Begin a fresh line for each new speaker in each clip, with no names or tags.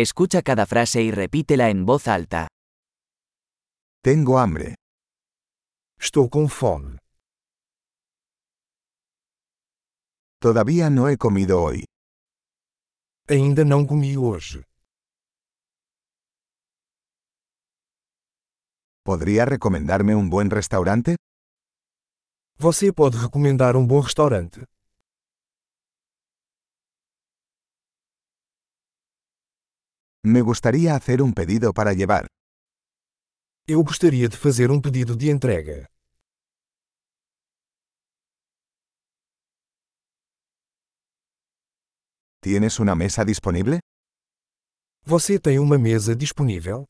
Escucha cada frase y repítela en voz alta.
Tengo hambre.
Estou com fome.
Todavía no he comido hoy.
Ainda não comi hoje.
¿Podría recomendarme un buen restaurante?
Você pode recomendar um bom restaurante?
Me gustaría hacer un pedido para llevar.
Eu gostaria de fazer um pedido de entrega.
¿Tienes una mesa disponible?
Você tem uma mesa disponível?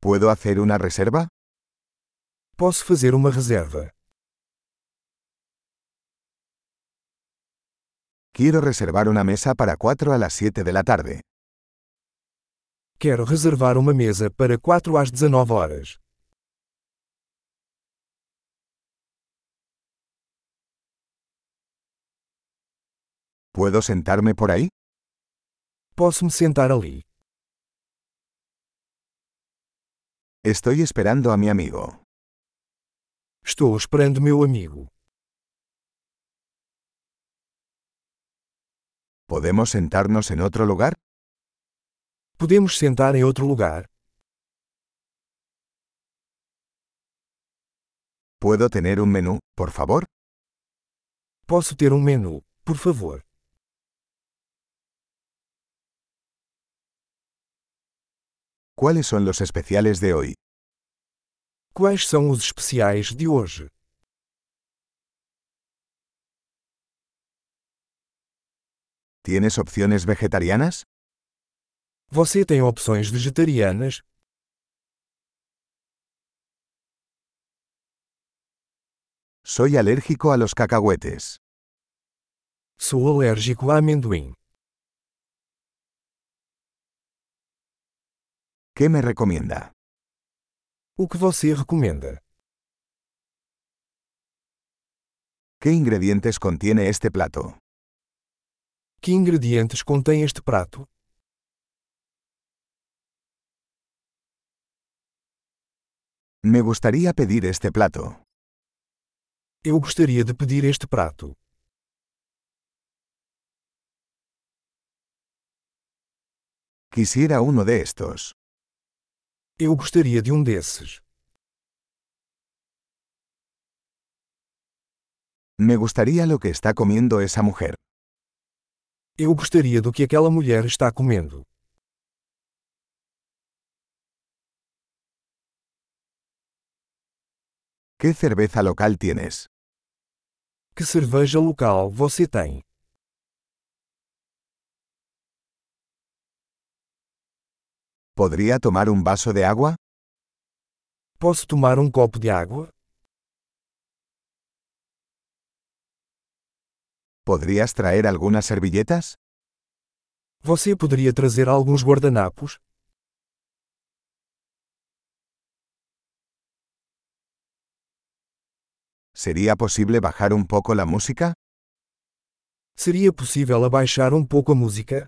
¿Puedo hacer una reserva?
Posso fazer uma reserva.
Quiero reservar una mesa para 4 a las 7 de la tarde.
Quero reservar uma mesa para 4 às 19 horas.
¿Puedo sentarme por ahí?
Posso me sentar ali.
Estoy esperando a mi amigo.
Estou esperando meu amigo.
¿Podemos sentarnos en otro lugar?
Podemos sentar em outro lugar?
¿Puedo tener un menú, por favor?
Posso ter um menu, por favor?
¿Cuáles son los especiales de hoy?
Quais são os especiais de hoje?
¿Tienes opciones vegetarianas?
Você tem opções vegetarianas?
Soy alérgico a los cacahuetes.
Sou alérgico a amendoim.
¿Qué me recomienda?
O que você recomenda?
¿Qué ingredientes contiene este plato?
Que ingredientes contém este prato?
Me gustaría pedir este plato.
Eu gostaria de pedir este prato.
Quisiera uno de estos.
Eu gostaria de um desses.
Me gustaría lo que está comiendo esa mujer.
Eu gostaria do que aquela mulher está comendo.
¿Qué cerveza local tienes?
Que cerveja local você tem?
¿Podría tomar un vaso de agua?
Posso tomar um copo de água?
¿Podrías traer algunas servilletas?
Você poderia trazer alguns guardanapos?
¿Sería posible bajar un poco la música?
Seria possível abaixar um pouco a música?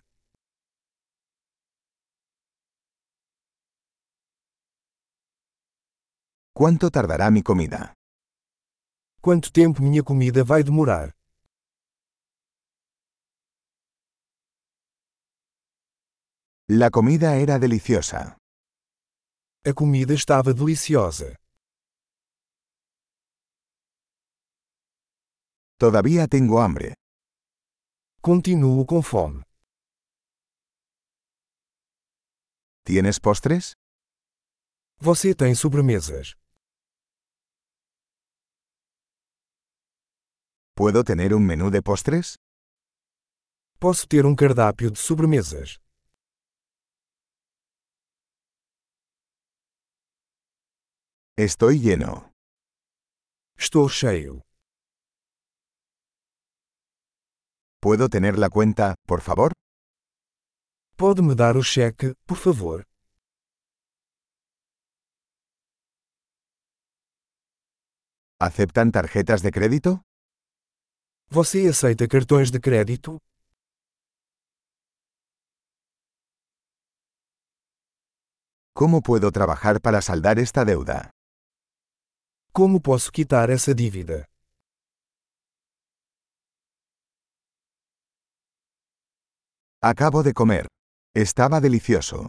¿Cuánto tardará mi comida?
Quanto tempo minha comida vai demorar?
La comida era deliciosa.
A comida estava deliciosa.
Todavía tengo hambre.
Continuo com fome.
¿Tienes postres?
Você tem sobremesas?
¿Puedo tener un menú de postres?
Posso ter um cardápio de sobremesas?
Estoy lleno.
Estou cheio.
¿Puedo tener la cuenta, por favor?
Pode me dar o cheque, por favor?
¿Aceptan tarjetas de crédito?
Você aceita cartões de crédito?
¿Cómo puedo trabajar para saldar esta deuda?
Como posso quitar essa dívida?
Acabo de comer. Estaba delicioso.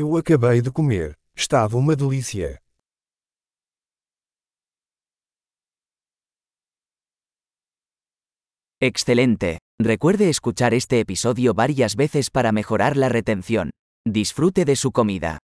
Eu acabei de comer. Estava uma delícia.
Excelente. Recuerde escuchar este episodio varias veces para mejorar la retención. Disfrute de su comida.